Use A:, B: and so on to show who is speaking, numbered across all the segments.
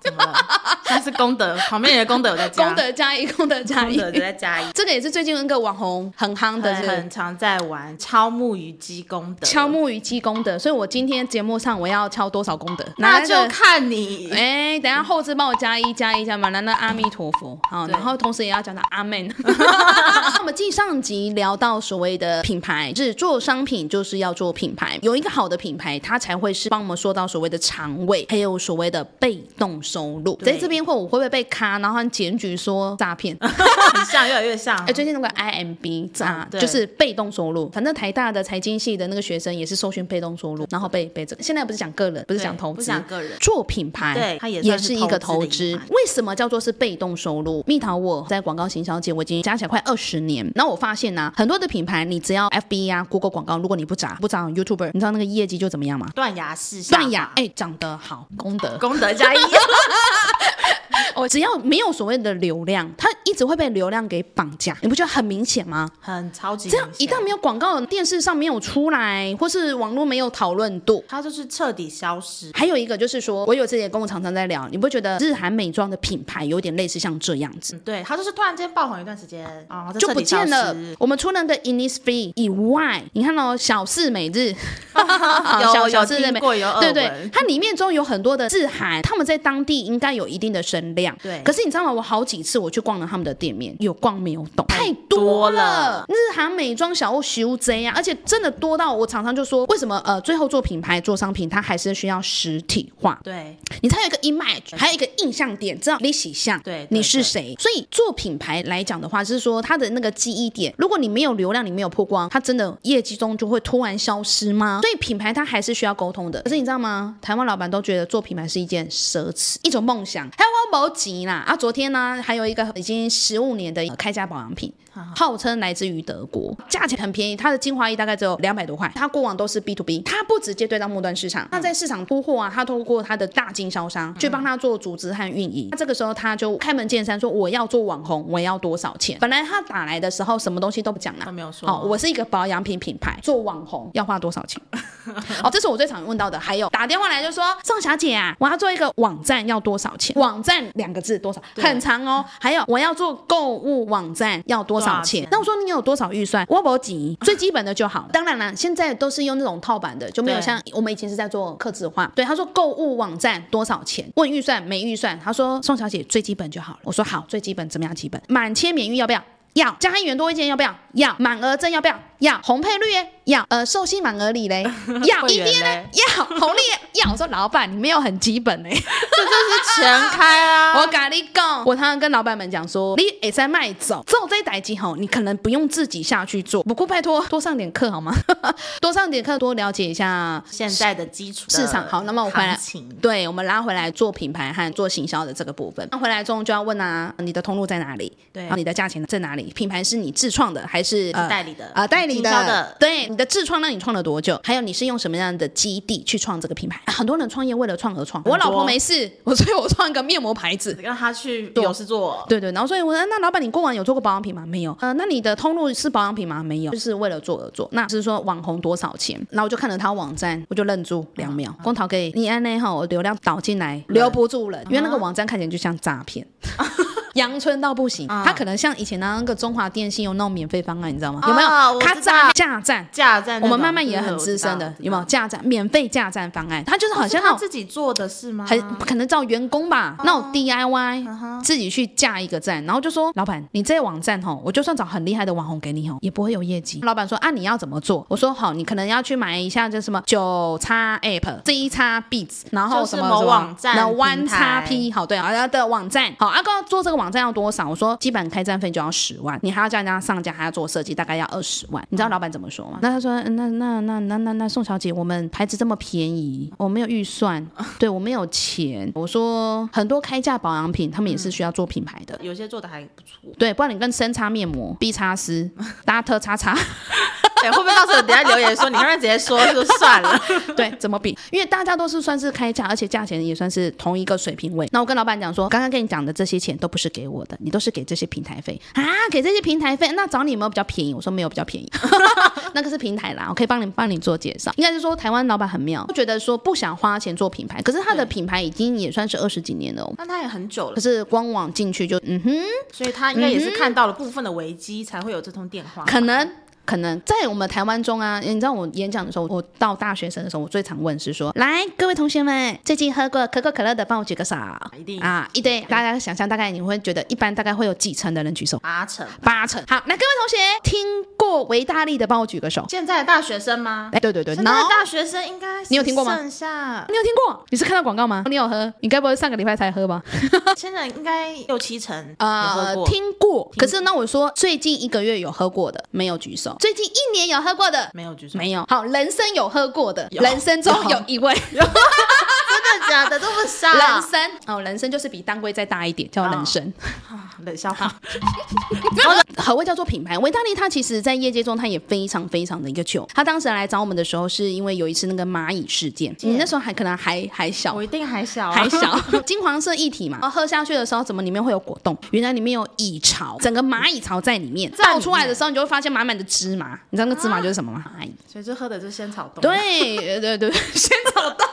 A: 怎么了？现在是功德，旁边的功德有在加，
B: 功德加一，啊功德加
A: 功
B: 一
A: 德。有在加一，
B: 这个也是最近那个网红很夯的，
A: 很
B: 是
A: 很常在玩敲木鱼鸡功德，
B: 敲木鱼积功德，所以我今天节目上我要敲多少功德？拿
A: 那
B: 来
A: 就
B: 的
A: 看你。
B: 哎、等一下后置帮我加一加一加嘛，难道阿弥陀佛？好，
A: 对
B: 然后同时也要讲到阿门。 我们继上集聊到所谓的品牌，就是做商品就是要做品牌，有一个好的品牌，它才会是帮我们说到所谓的长尾，还有所谓的被动收入。
A: 对
B: 在这边会我会不会被卡，然后检举说诈骗？
A: 很像，越来越像。
B: 哎、最近那个 IMB
A: 啊
B: 炸、
A: 对
B: 就是被动收入，反正台大的财经系的那个学生也是搜寻被动收入，然后被被这个现在不是讲个人，不是
A: 对
B: 讲投资，
A: 不讲个人
B: 做品牌，
A: 对它也
B: 也
A: 算
B: 是
A: 是
B: 一个投
A: 投资的
B: 资
A: 一环。
B: 为什么叫做是被动收入？蜜桃我在广告行销界我已经加起来快二十年，然后我发现呢、啊很多的品牌你只要 FB 啊、Google 广告，如果你不砸不砸 YouTuber，你知道那个业绩就怎么样吗？
A: 断崖式下
B: 断崖
A: 滑，
B: 哎、长得好，功德
A: 功德 加一，
B: 哦，只要没有所谓的流量，它一直会被流量给绑架，你不觉得很明显吗？
A: 很超级明显。
B: 这样一旦没有广告，电视上没有出来，或是网络没有讨论度。
A: 它就是彻底消失。
B: 还有一个就是说，我有之前跟我常常在聊，你不觉得日韩美妆的品牌有点类似像这样子，
A: 嗯，对，它就是突然间爆红一段时间啊，。
B: 就不见了我们除了那个 Innisfree 以外，你看哦，小四美 日，小
A: 有
B: 小
A: 有
B: 四日
A: 听
B: 美，
A: 过有耳
B: 对
A: 闻，
B: 对，它里面中有很多的日韩，他们在当地应该有一定的声量。
A: 对
B: 可是你知道吗？我好几次我去逛了他们的店面，有逛没有懂，太
A: 多
B: 了
A: 了。
B: 日韩美妆小物修 Z 啊，而且真的多到我常常就说，为什么呃最后做品牌做商品，它还是需要实体化，
A: 对
B: 你才有一个 image，还有一个印象点，知道你喜相，
A: 对对
B: 你是谁。所以做品牌来讲的话，就是说它的那个记忆点，如果你没有流量，你没有曝光，它真的业绩中就会突然消失吗？所以品牌它还是需要沟通的。可是你知道吗？台湾老板都觉得做品牌是一件奢侈，一种梦想。还有汪宝吉啦，啊，昨天呢、还有一个已经十五年的呃开价保养品，号称来自于德国，价钱很便宜，它的精华液大概只有两百多块。它过往都是 B to B，它不直接对到末端市场，它在市场铺货啊，它透过它的大经销商去帮他做组织和运营。那这个时候他就开门见山说：“我要做网红，我要多少钱？”本来他打来的时候什么东西都不讲啦
A: 都，没有说。
B: 哦，我是一个保养品品牌，做网红要花多少钱？ 哦，这是我最常问到的。还有打电话来就说：“宋小姐啊，我要做一个网站，要多少钱？”网站两个字多少？
A: 对
B: 很长哦。还有我要做购物网站，要多少钱
A: 多少钱？
B: 那我说你有多少预算？我不急，最基本的就好。当然啦，现在都是用那种套版的，就没有
A: 对
B: 像我们以前是在做客制化。对，他说购物网站多少钱？问预算没预算？他说宋小姐最基本就好了。我说好，最基本怎么样？基本满千免运要不要？要加一元多一件要不要？要满额赠要不要？要红配绿耶？要呃寿星满额礼 嘞？要
A: 会
B: 一
A: 员
B: 爹嘞
A: 嘞？
B: 要红利耶要？我说老板你没有很基本欸嘞、
A: 这就是全开啊！
B: 我跟你讲，我常常跟老板们讲说，你也在卖走，做这代机吼，你可能不用自己下去做，不过拜托多上点课好吗？ 多上点课，多了解一下
A: 现在的基础的
B: 市场好，那么我回来
A: 行情，
B: 对我们拉回来做品牌和做行销的这个部分。那回来中就要问啊，你的通路在哪里？啊
A: 对
B: 然后你的价钱在哪里？品牌是你自创的还是
A: 是代理的
B: 啊、代理
A: 经销的
B: 对，你的自创让你创了多久？还有你是用什么样的基地去创这个品牌？啊很多人创业为了创而创，
A: 多
B: 我老婆没事，我所以我创一个面膜牌子。
A: 让他去有事做，
B: 对对，然后所以我说，哎那老板你过往有做过保养品吗？没有。呃，那你的通路是保养品吗？没有，就是为了做而做。那是说网红多少钱？然后我就看了他网站，我就愣住两秒。
A: 啊
B: 光头
A: 啊
B: 给你按那哈，我流量导进来，留不住人，因为那个网站看起来就像诈骗。阳春到不行。
A: 嗯
B: 它可能像以前那个中华电信有那种免费方案，你知道吗？
A: 啊
B: 有没有？
A: 我
B: 咔
A: 知道
B: 嚓架站，
A: 架站那
B: 我
A: 种，
B: 们慢慢也
A: 对
B: 很资深的，有没？有
A: 我知道
B: 架站免费架站方案？它就是好像
A: 是
B: 那
A: 他
B: 种
A: 自己做的是吗？
B: 很可能找员工吧，那种 DIY。
A: 嗯哼
B: 自己去架一个站，然后就说老板，你这网站吼，我就算找很厉害的网红给你吼，也不会有业绩。老板说啊，你要怎么做？我说好，你可能要去买一下这什么九叉 App、C 叉 Beats，然后什么
A: 就是某
B: 什么
A: 网站
B: 那
A: 平
B: One 叉
A: 台
B: P 好对啊的网站好，阿、啊、公做这个网站要多少？我说基本开站费就要十万，你还要叫人家上架，还要做设计，大概要二十万。你知道老板怎么说吗？那他说嗯那那那那那那宋小姐，我们牌子这么便宜，我没有预算，对我没有钱。我说很多开价保养品，他们也是需要做品牌的。，
A: 有些做的还不错
B: 对，不然你跟深擦面膜、B 擦丝、搭特擦擦，
A: 对，哎会不会到时候等一下留言说你刚才直接说就 算了？
B: 对，怎么比？因为大家都是算是开价，而且价钱也算是同一个水平位。那我跟老板讲说，刚刚跟你讲的这些钱都不是给我的，你都是给这些平台费啊，给这些平台费。那找你有没有比较便宜？我说没有比较便宜， 那个是平台啦，我可以帮你帮你做介绍。应该是说台湾老板很妙，觉得说不想花钱做品牌，可是他的品牌已经也算是二十几年了、哦。
A: 那他也很久
B: 可
A: 了，
B: 是官网进去就嗯哼，
A: 所以他应该也是看到了部分的危机，才会有这通电话。
B: 可能。可能在我们台湾中啊，你知道我演讲的时候，我到大学生的时候，我最常问是说，来各位同学们，最近喝过可口可乐的，帮我举个手。
A: 一定
B: 啊，一堆，大家想象大概你会觉得一般大概会有几成的人举手，
A: 八成
B: 八成。好，那各位同学听过维大利的，帮我举个手。
A: 现在的大学生吗？
B: 哎，对对对，
A: 现在
B: 然
A: 的
B: 后
A: 大学生应该
B: 你有听过吗
A: 剩下
B: 你有听过？你是看到广告吗？你有喝？你该不会上个礼拜才喝 吧？
A: 现在应该六七成
B: 啊，
A: 有喝过，
B: 听过。可是那我说最近一个月有喝过的没有举手，最近一年有喝过的
A: 没有举手，
B: 没有。好，人生有喝过的，
A: 有
B: 人生中
A: 有
B: 有一 位。
A: 真的假的？这么傻，
B: 人生哦，人生就是比单位再大一点，叫人生。
A: 啊冷 笑话，
B: 何谓叫做品牌？维大利它其实在业界中，它也非常非常的一个久。他当时来找我们的时候，是因为有一次那个蚂蚁事件，
A: 是
B: 你那时候还可能还还小
A: 我。一定还小啊，
B: 还 小，金黄色液体嘛，然后喝下去的时候，怎么里面会有果冻？原来里面有蚁巢，整个蚂蚁巢在里面。
A: 在里面
B: 倒出来的时候，你就会发现满满的芝麻。你知道那个芝麻就是什么吗？蚂蚁。
A: 所以这喝的就是仙草冻，，
B: 对对对 对，仙草冻，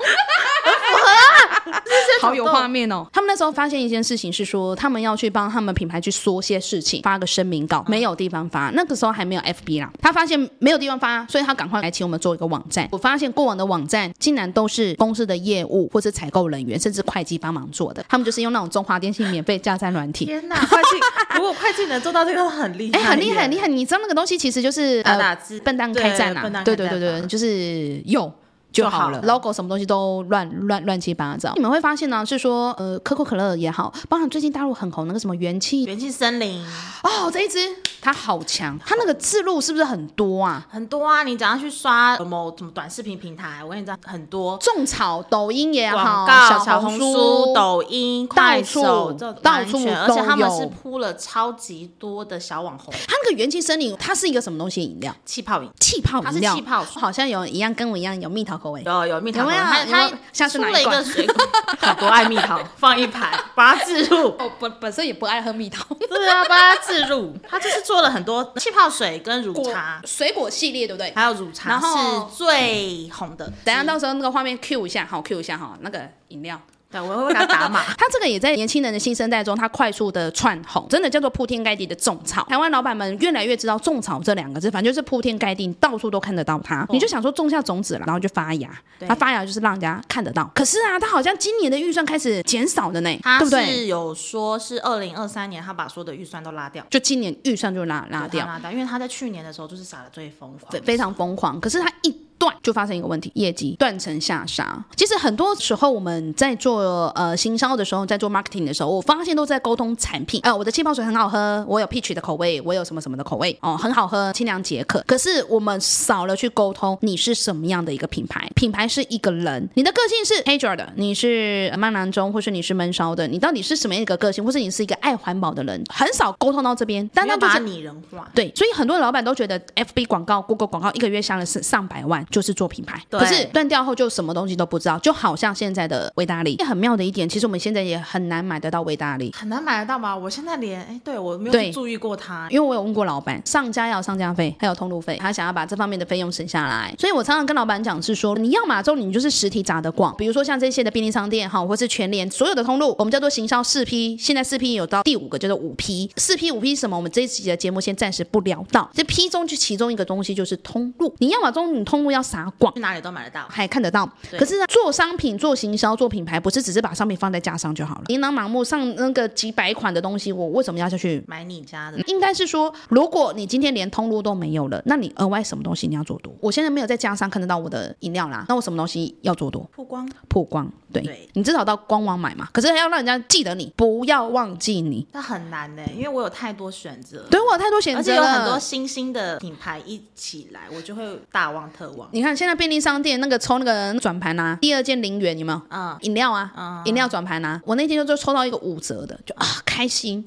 B: 啊好有画面哦。他们那时候发现一件事情是说，他们要去帮他们品牌去说些事情，发个声明稿，没有地方发。那个时候还没有 FB 啦，他发现没有地方发，所以他赶快来请我们做一个网站。我发现过往的网站竟然都是公司的业务或是采购人员，甚至会计帮忙做的，他们就是用那种中华电信免费架站软体。
A: 天哪，会计，如果会计能做到这个很厉害，
B: 哎，很厉害，很厉
A: 害，
B: 害！你知道那个东西其实就是
A: 打
B: 呃
A: 打字，
B: 笨蛋开战
A: 对笨
B: 啊，
A: 蛋
B: 对
A: 开
B: 对对
A: 战
B: 对，
A: 法
B: 就是有。就好了
A: 就好了
B: ，logo 什么东西都乱乱乱七八糟。你们会发现呢、是说呃，可口可乐也好，包含最近大陆很红那个什么元气
A: 元气森林
B: 哦，这一支它好强，它那个字录是不是很多啊？
A: 很多啊，你只要去刷某什么短视频平台，我跟你讲很多
B: 种草、抖音也好，
A: 广告、
B: 小
A: 红
B: 书、
A: 抖音、
B: 到
A: 快手
B: 处
A: 这
B: 到
A: 完
B: 处
A: 全而
B: 都
A: 且他们是
B: 有
A: 铺了超级多的小网红
B: 它那个元气森林，它是一个什么东西饮料？
A: 气泡饮，
B: 气泡
A: 它
B: 饮
A: 是
B: 料，
A: 气泡水
B: 好像有一样跟我一样有蜜桃口味。
A: 有哦有蜜桃
B: 有
A: 口
B: 没
A: 味，
B: 有
A: 它
B: 有没有
A: 它
B: 下次
A: 出
B: 买一
A: 了一
B: 罐
A: 个水果，好多爱蜜桃，放一排，把它置 入。
B: 哦，本本身也不爱喝蜜 桃，
A: 对啊，把它置入，它就是做了很多气泡水跟乳
B: 果
A: 茶，
B: 水果系列对不对？
A: 还有乳
B: 然
A: 茶
B: 后
A: 是最红的。
B: 等一下，到时候那个画面 Q 一下，好 Q 一下哈，那个饮料。。
A: 对，我会给它打码
B: 它这个也在年轻人的新生代中，它快速的窜红，真的叫做铺天盖地的种草。台湾老板们越来越知道“种草”这两个字，反正就是铺天盖地，到处都看得到它。你就想说种下种子了，然后就发芽，
A: 对
B: 它发芽就是让人家看得到。可是啊，它好像今年的预算开始减少了呢，
A: 它
B: 对不对？
A: 是有说是二零二三年，他把所有的预算都拉掉，
B: 就今年预算就拉拉
A: 对
B: 掉
A: 它，拉掉，因为他在去年的时候就是撒的最疯狂
B: 非。非常疯狂。可是它一断就发生一个问题，业绩断层下杀。其实很多时候我们在做呃行销的时候，在做 marketing 的时候，我发现都在沟通产品。呃，我的气泡水很好喝，我有 peach 的口味，我有什么什么的口味哦，很好喝，清凉解渴。可是我们少了去沟通你是什么样的一个品牌，品牌是一个人，你的个性是 h a g e r 的，你是呃慢郎中，或是你是闷烧的，你到底是什么样一个个性，或是你是一个爱环保的人，很少沟通到这边，单
A: 你要
B: 单就
A: 把它
B: 是
A: 拟人化，
B: 对，所以很多老板都觉得 FB 广告、Google 广告一个月下了是上百万，就是做品牌，
A: 对
B: 可是断掉后就什么东西都不知道，就好像现在的维达利。很妙的一点，其实我们现在也很难买得到维达利。
A: 很难买得到吗？我现在连哎，对我没有
B: 对
A: 去注意过它，
B: 因为我有问过老板，上家要有上家费，还有通路费，他想要把这方面的费用省下来，所以我常常跟老板讲是说，你要嘛之后你就是实体砸的逛，比如说像这些的便利商店哈，或是全联所有的通路，我们叫做行销四批，现在四批有到第五个叫做五批，四批五批是什么？我们这一集的节目先暂时不聊到，这批中就其中一个东西就是通路，你要嘛中你通路要啥逛。
A: 去哪里都买得到。
B: 还看得到。
A: 对
B: 可是呢，做商品、做行销、做品牌，不是只是把商品放在架上就好了。琳琅满目上那个几百款的东西，我为什么要下去？
A: 买你家的，
B: 应该是说，如果你今天连通路都没有了，那你额外什么东西你要做多？我现在没有在架上看得到我的饮料啦，那我什么东西要做多？
A: 曝光。
B: 曝光，对
A: 对
B: 你至少到官网买嘛。可是要让人家记得你，不要忘记你。
A: 那很难呢、因为我有太多选择，
B: 对我有太多选
A: 而
B: 择
A: 且有
B: 了，
A: 很多新兴的品牌一起来，我就会大旺特旺。
B: 你看现在便利商店那个抽那个转盘啊，第二件零元有没有？
A: 嗯，
B: 饮料啊，饮料转盘啊，我那天就抽到一个五折的，就啊 开 心。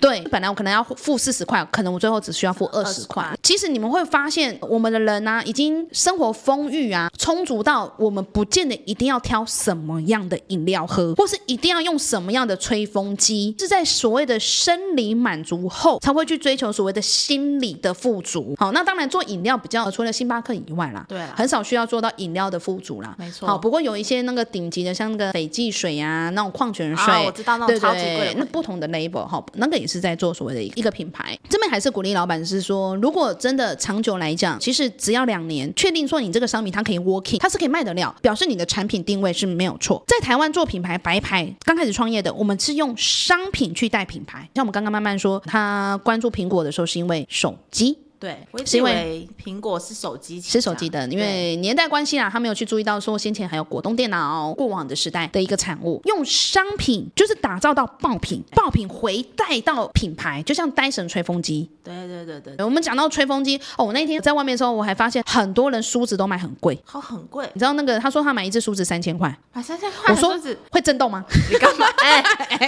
B: 对，本来我可能要付四十块，可能我最后只需要付二十
A: 20
B: 块
A: 块。
B: 其实你们会发现，我们的人啊，已经生活丰裕啊，充足到我们不见得一定要挑什么样的饮料喝，或是一定要用什么样的吹风机，是在所谓的生理满足后，才会去追求所谓的心理的富足。好，那当然做饮料比较，除了星巴克以外啦，
A: 对啦
B: 很少需要做到饮料的富足啦。
A: 没错
B: 好，不过有一些那个顶级的，像那个斐济水啊，那种矿泉水，
A: 啊我知道那种
B: 对
A: 超级贵
B: 对
A: 的，
B: 那不同的 label 哈，那个也是在做所谓的一个品牌。这边还是鼓励老板是说，如果真的长久来讲，其实只要两年，确定说你这个商品它可以 working，它是可以卖得了，表示你的产品定位是没有错。在台湾做品牌白牌，刚开始创业的，我们是用商品去带品牌。像我们刚刚慢慢说，他关注苹果的时候是因为手机。
A: 对，我一
B: 是
A: 直以
B: 因为
A: 为苹果是手机起家，
B: 是手机
A: 啊
B: 的，因为年代关系啊啦，他没有去注意到说先前还有果冻电脑过往的时代的一个产物，用商品就是打造到爆品，爆品回带到品牌，就像戴森吹风机。
A: 对对对对对，
B: 我们讲到吹风机，哦，我那天在外面的时候，我还发现很多人梳子都买很贵。
A: 好很贵，
B: 你知道那个他说他买一支梳子三千块，
A: 买三千
B: 我
A: 块的
B: 说
A: 梳子，
B: 会震动吗？
A: 你干 嘛？ 哎、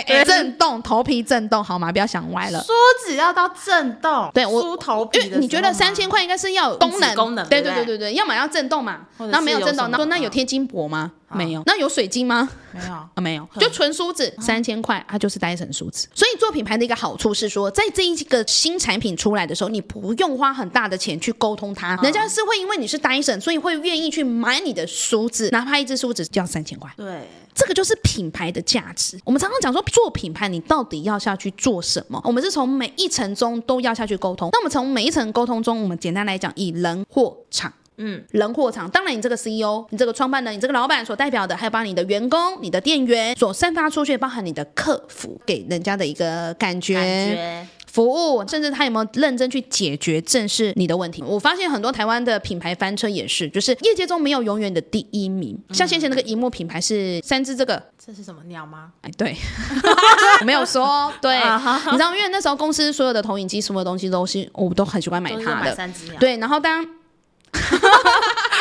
A: 对
B: 震动，头皮震动，好吗？不要想歪了。
A: 梳子要到震动，
B: 对我
A: 梳头皮
B: 因
A: 的时
B: 为
A: 候吗，
B: 你觉得三千块应该是要有功能，
A: 啊功能
B: 对
A: 对不
B: 对对
A: 对
B: 对，要么要震动嘛，
A: 或者是
B: 然后没有震
A: 有
B: 动，
A: 什
B: 那
A: 么
B: 说
A: 啊
B: 那有
A: 嗯
B: 贴金箔吗？没有，那有水晶吗？
A: 没有？
B: 啊，没有，嗯就纯梳子三千块，它就是戴森梳子。所以做品牌的一个好处是说，在这一个新产品出来的时候，你不用花很大的钱去沟通它，人家是会因为你是戴森，所以会愿意去买你的梳子，哪怕一支梳子就要三千块。
A: 对，
B: 这个就是品牌的价值。我们常常讲说，做品牌你到底要下去做什么？我们是从每一层中都要下去沟通。那我们从每一层沟通中，我们简单来讲，以人或场。
A: 嗯，
B: 人或场，当然你这个 CEO、你这个创办人、你这个老板所代表的，还有包括你的员工、你的店员所散发出去，包含你的客服给人家的一个感觉，
A: 感觉
B: 服务，甚至他有没有认真去解决正视你的问题。我发现很多台湾的品牌翻车也是，就是业界中没有永远的第一名。
A: 嗯
B: 像先前那个荧幕品牌是三只这个，
A: 这是什么鸟吗？
B: 哎，对， 我没有说哦，对，
A: 啊哈
B: 你知道，因为那时候公司所有的投影机、所有东西都是我都很喜欢买
A: 都是
B: 它
A: 买
B: 的，
A: 三只鸟，
B: 对，然后当。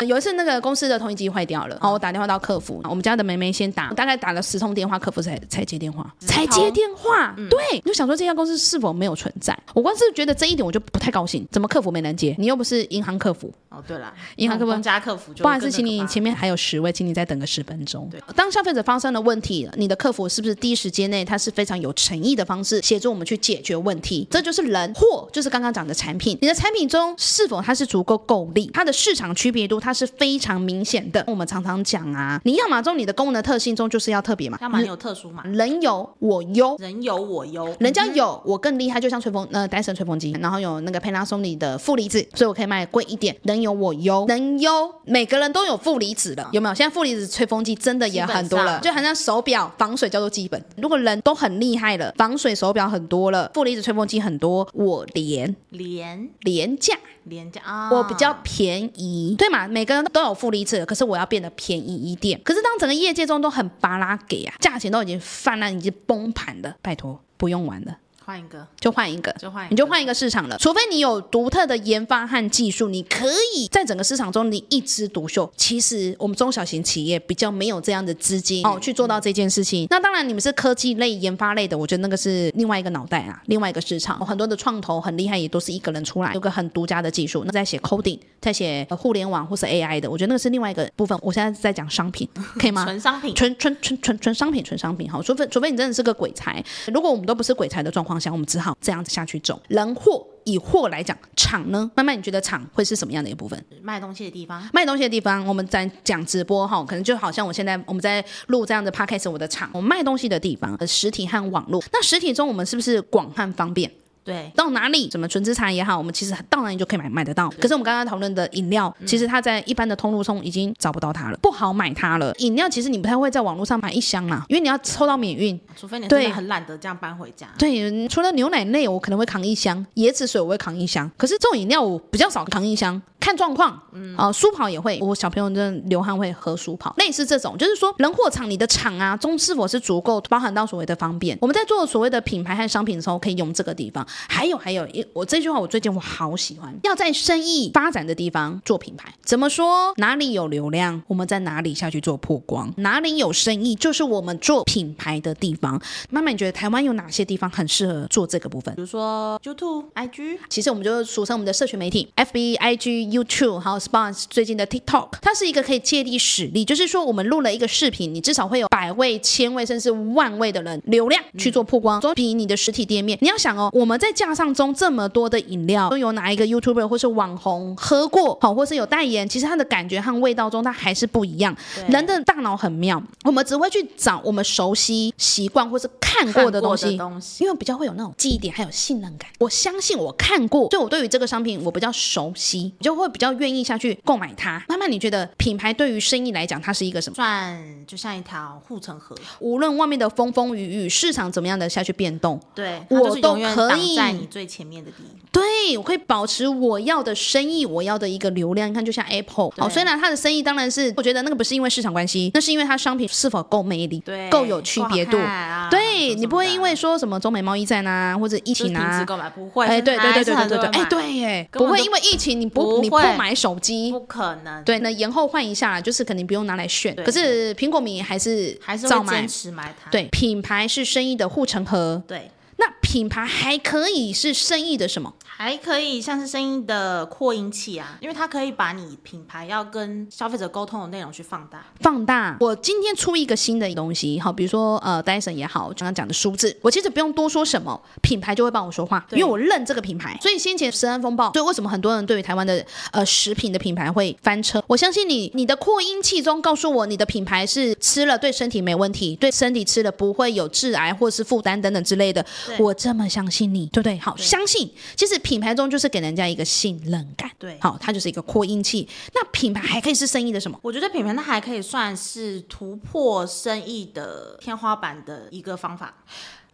B: 有一次，那个公司的投影机坏掉了，然后我打电话到客服，我们家的梅梅先打，我大概打了十通电话，客服才才接电话，才接电话。对，你就想说这家公司是否没有存在？我光是觉得这一点我就不太高兴，怎么客服没人接？你又不是银行客服，
A: 哦对了，
B: 银行客服
A: 公家客服就
B: 不好意思，
A: 更那
B: 请
A: 个
B: 你
A: 吧
B: 前面还有十位，请你再等个十分钟
A: 对。
B: 当消费者发生了问题，你的客服是不是第一时间内他是非常有诚意的方式协助我们去解决问题？这就是人或就是刚刚讲的产品，你的产品中是否它是足够够力，它的市场区别度它是非常明显的。我们常常讲啊，你要么中你的功能特性中就是要特别嘛，
A: 要么你有特殊码，
B: 人有我优。
A: 人有我优，
B: 嗯人家有我更厉害，就像吹风呃戴森吹风机，然后有那个沛纳松尼的负离子，所以我可以卖贵一点。能有我优，能优，每个人都有负离子了，有没有？现在负离子吹风机真的也很多了，
A: 基本上
B: 就好像手表防水叫做基本。如果人都很厉害了，防水手表很多了，负离子吹风机很多，我廉
A: 廉
B: 廉价，
A: 廉价啊，
B: 我比较便宜，对嘛？每个人都有负离子，可是我要变得便宜一点。可是当整个业界中都很巴拉给啊，价钱都已经泛滥，已经崩盘了，拜托不用玩了。
A: 换一个，
B: 就换一个。
A: 就换一个，
B: 你就换一个市场了，除非你有独特的研发和技术，你可以在整个市场中你一枝独秀。其实我们中小型企业比较没有这样的资金哦去做到这件事
A: 嗯
B: 情。那当然，你们是科技类、研发类的，我觉得那个是另外一个脑袋啊，另外一个市场。哦很多的创投很厉害，也都是一个人出来，有个很独家的技术。那在写 coding，在写呃互联网或是 AI 的，我觉得那个是另外一个部分。我现在在讲商品，可以吗？
A: 纯商品，
B: 纯纯纯纯纯商品，纯商品好，除非除非你真的是个鬼才。如果我们都不是鬼才的状况下，我们只好这样子下去走。人货以货来讲，厂呢，慢慢你觉得厂会是什么样的一个部分？
A: 卖东西的地方，
B: 卖东西的地方，我们在讲直播哈，可能就好像我现在我们在录这样的 podcast，我的厂，我们卖东西的地方，呃实体和网络。那实体中我们是不是广和方便？
A: 对，
B: 到哪里，什么纯资产也好，我们其实到哪里就可以买买得到。可是我们刚刚讨论的饮料，其实它在一般的通路中已经找不到它了，不好买它了。饮料其实你不太会在网络上买一箱啦，因为你要抽到免运。
A: 除非你
B: 对
A: 真的很懒得这样搬回家，
B: 对，嗯除了牛奶类，我可能会扛一箱；椰子水我会扛一箱。可是这种饮料我比较少扛一箱，看状况。嗯，啊、舒跑也会，我小朋友真的流汗会喝舒跑，类似这种，就是说人货场你的场啊中是否是足够包含到所谓的方便？我们在做所谓的品牌和商品的时候，可以用这个地方。还有还有，一我这句话我最近我好喜欢，要在生意发展的地方做品牌。怎么说？哪里有流量，我们在哪里下去做曝光；哪里有生意，就是我们做品牌的地方。妈妈，你觉得台湾有哪些地方很适合做这个部分
A: 比？如说 YouTube、IG，
B: 其实我们就俗称我们的社群媒体，FB、IG、YouTube，还有 Spons 最近的 TikTok，它是一个可以借力使力，就是说我们录了一个视频，你至少会有百位、千位甚至万位的人流量去做曝
A: 嗯
B: 光，总比你的实体店面。你要想哦，我们在架上中这么多的饮料，都有哪一个 YouTuber 或是网红喝过，好，或是有代言，其实它的感觉和味道中它还是不一样。
A: 对
B: 人的大脑很妙，我们只会去找我们熟悉、习惯或是看过的东
A: 看过
B: 西
A: 的。东西，
B: 因为比较会有那种记忆点，还有信任感。我相信我看过，所以我对于这个商品我比较熟悉，就会比较愿意下去购买它。慢慢你觉得品牌对于生意来讲，它是一个什么？
A: 算就像一条护城河，
B: 无论外面的风风雨雨，市场怎么样的下去变动，
A: 对，
B: 我
A: 它就是
B: 都
A: 永远
B: 可
A: 挡
B: 以
A: 在你最前面的地方，
B: 对我可以保持我要的生意，我要的一个流量。你看，就像 Apple，
A: 对
B: 哦，虽然它的生意当然是，我觉得那个不是因为市场关系，那是因为它商品是否够魅力，
A: 对，
B: 够有区别度
A: 够好。看啊
B: 对你不会因为说什么中美贸易战啊，或者疫
A: 就是
B: 情
A: 停
B: 啊
A: 止，购买不会，
B: 哎，对对对对对对对，
A: 哎
B: 哎，对耶，
A: 根本
B: 不会
A: 就
B: 因为疫情你不
A: 不
B: 你不
A: 会
B: 买手机，
A: 不可能，
B: 对，那延后换一下啦，就是肯定不用拿来炫。
A: 对
B: 可是苹果迷还是
A: 还是
B: 照
A: 会
B: 买
A: 坚。持买它，
B: 对，品牌是生意的护城河，
A: 对，
B: 那品牌还可以是生意的什么？
A: 还可以像是声音的扩音器啊，因为它可以把你品牌要跟消费者沟通的内容去放大，
B: 放大。我今天出一个新的东西，好，比如说呃，Dyson 也好，刚刚讲的梳子，我其实不用多说什么，品牌就会帮我说话，因
A: 对
B: 为我认这个品牌。所以先前食安风暴，所以为什么很多人对于台湾的呃食品的品牌会翻车？我相信你，你的扩音器中告诉我你的品牌是吃了对身体没问题，对身体吃了不会有致癌或是负担等等之类的。
A: 对
B: 我这么相信你，对不对？好，
A: 对
B: 相信。其实品牌中就是给人家一个信任感，
A: 对
B: 好，它就是一个扩音器。那品牌还可以是生意的什么？
A: 我觉得品牌它还可以算是突破生意的天花板的一个方法。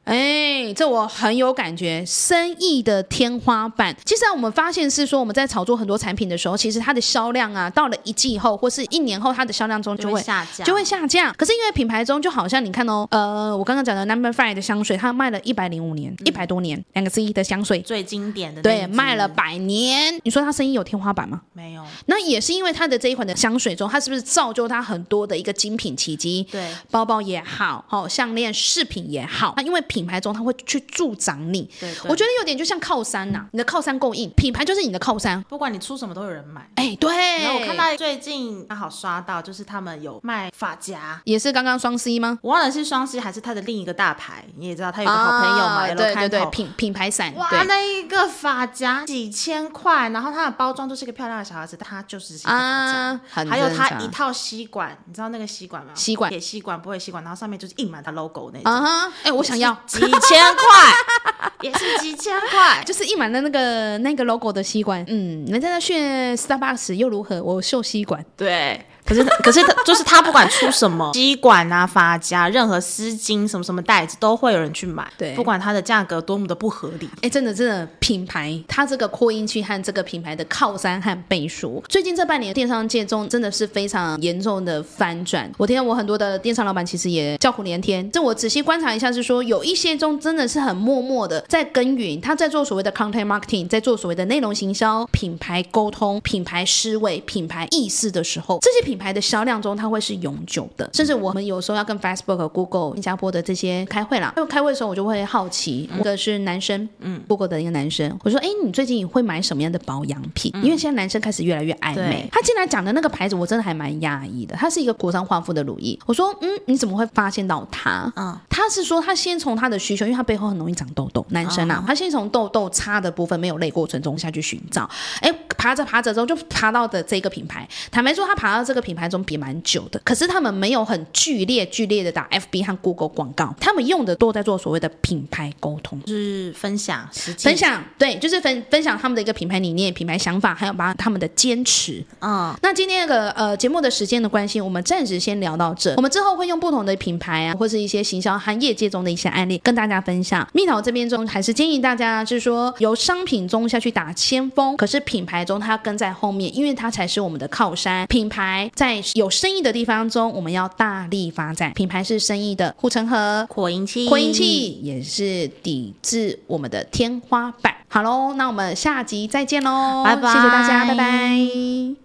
B: 哎，这我很有感觉，生意的天花板。其实、啊、我们发现是说，我们在炒作很多产品的时候，其实它的销量啊，到了一季后或是一年后，它的销量中就
A: 就会
B: 会。
A: 下降，
B: 就会下降，可是因为品牌中就好像你看哦，呃，我刚刚讲的 Number Five 的香水，它卖了一百零五年，一百、多年，两个 C E 的香水，
A: 最经典的那一
B: 对，
A: 支
B: 卖了百年。你说它生意有天花板吗？
A: 没有？
B: 那也是因为它的这一款的香水中，它是不是造就它很多的一个精品奇迹？
A: 对，
B: 包包也好，好、项链、饰品也好，它因为品牌中它会去助长你。
A: 对
B: 我觉
A: 得
B: 得有点就像靠山呐、你的靠山够硬，品牌就是你的靠山。
A: 不管你出什么都有人买。
B: 哎，对，
A: 然后我看到最近刚好刷到，就是他们有卖发夹。
B: 也是刚刚双 C 吗？
A: 我忘了是双十一还是他的另一个大牌，你也知道他有个好朋友嘛，
B: 啊
A: L
B: 对对
A: 开
B: 对，
A: 头
B: 品品牌伞，
A: 哇，
B: 对。
A: 那一个发夹几千块，然后它的包装就是一个漂亮的小孩子，但它就是一个发夹。
B: 啊，很
A: 还有
B: 正
A: 它
B: 常
A: 一套吸管，你知道那个吸管吗？
B: 吸管
A: 铁吸管、不会吸管，然后上面就是印满它 logo 那种，
B: 啊哈，哎，我想要，
A: 几千块， 也是几千块。
B: 就是印满了那个那个 logo 的吸管。嗯，人家在炫 Starbucks 又如何？我秀吸管，
A: 对， 可是可是他就是他不管出 什么吸管啊、发夹、任何丝巾、什么什么袋子，都会有人去买，
B: 对
A: 不管它的价格多么的不合理。
B: 哎，真的真的，品牌它这个扩音器和这个品牌的靠山和背书，最近这半年电商界中真的是非常严重的翻转。我听到我很多的电商老板其实也叫苦连天。这我仔细观察一下，是说有一些中真的是很默默的在耕耘，他在做所谓的 content marketing，在做所谓的内容行销、品牌沟通、品牌思维、品牌意识的时候，这些品牌的销量中它会是永久的。甚至我们有时候要跟 Facebook、Google、新加坡的这些开会啦，因为开会的时候我就会好奇，
A: 嗯
B: 一个是男生，Google 的一个男生，我说：“哎、你最近会买什么样的保养品？因为现在男生开始越来越爱美
A: 嗯对。”
B: 他竟然讲的那个牌子，我真的还蛮讶异的。它是一个国商化肤的乳液。我说：“嗯，你怎么会发现到它？”
A: 嗯，
B: 他是说他先从他的需求，因为他背后很容易长痘痘，男生啊，他先从痘痘擦的部分没有泪过程中下去寻找。哎，爬着爬着之后就爬到的这个品牌。坦白说，他爬到这个品牌中比蛮久的，可是他们没有很剧烈剧烈的打 FB 和 Google 广告，他们用的都在做所谓的品牌沟通。
A: 就是分享实际
B: 分，享，对，就是分分享他们的一个品牌理念、品牌想法，还有把他们的坚持。
A: 嗯，
B: 那今天那个呃节目的时间的关系，我们暂时先聊到这。我们之后会用不同的品牌啊，或是一些行销和业界中的一些案例跟大家分享。蜜桃这边中还是建议大家，就是说由商品中下去打先锋，可是品牌中它跟在后面，因为它才是我们的靠山。品牌在有生意的地方中，我们要大力发展。品牌是生意的护城河，
A: 扩音器，
B: 扩音器也是抵制我们的天花板。好喽，那我们下集再见喽，
A: 拜拜
B: 谢谢大家，拜拜。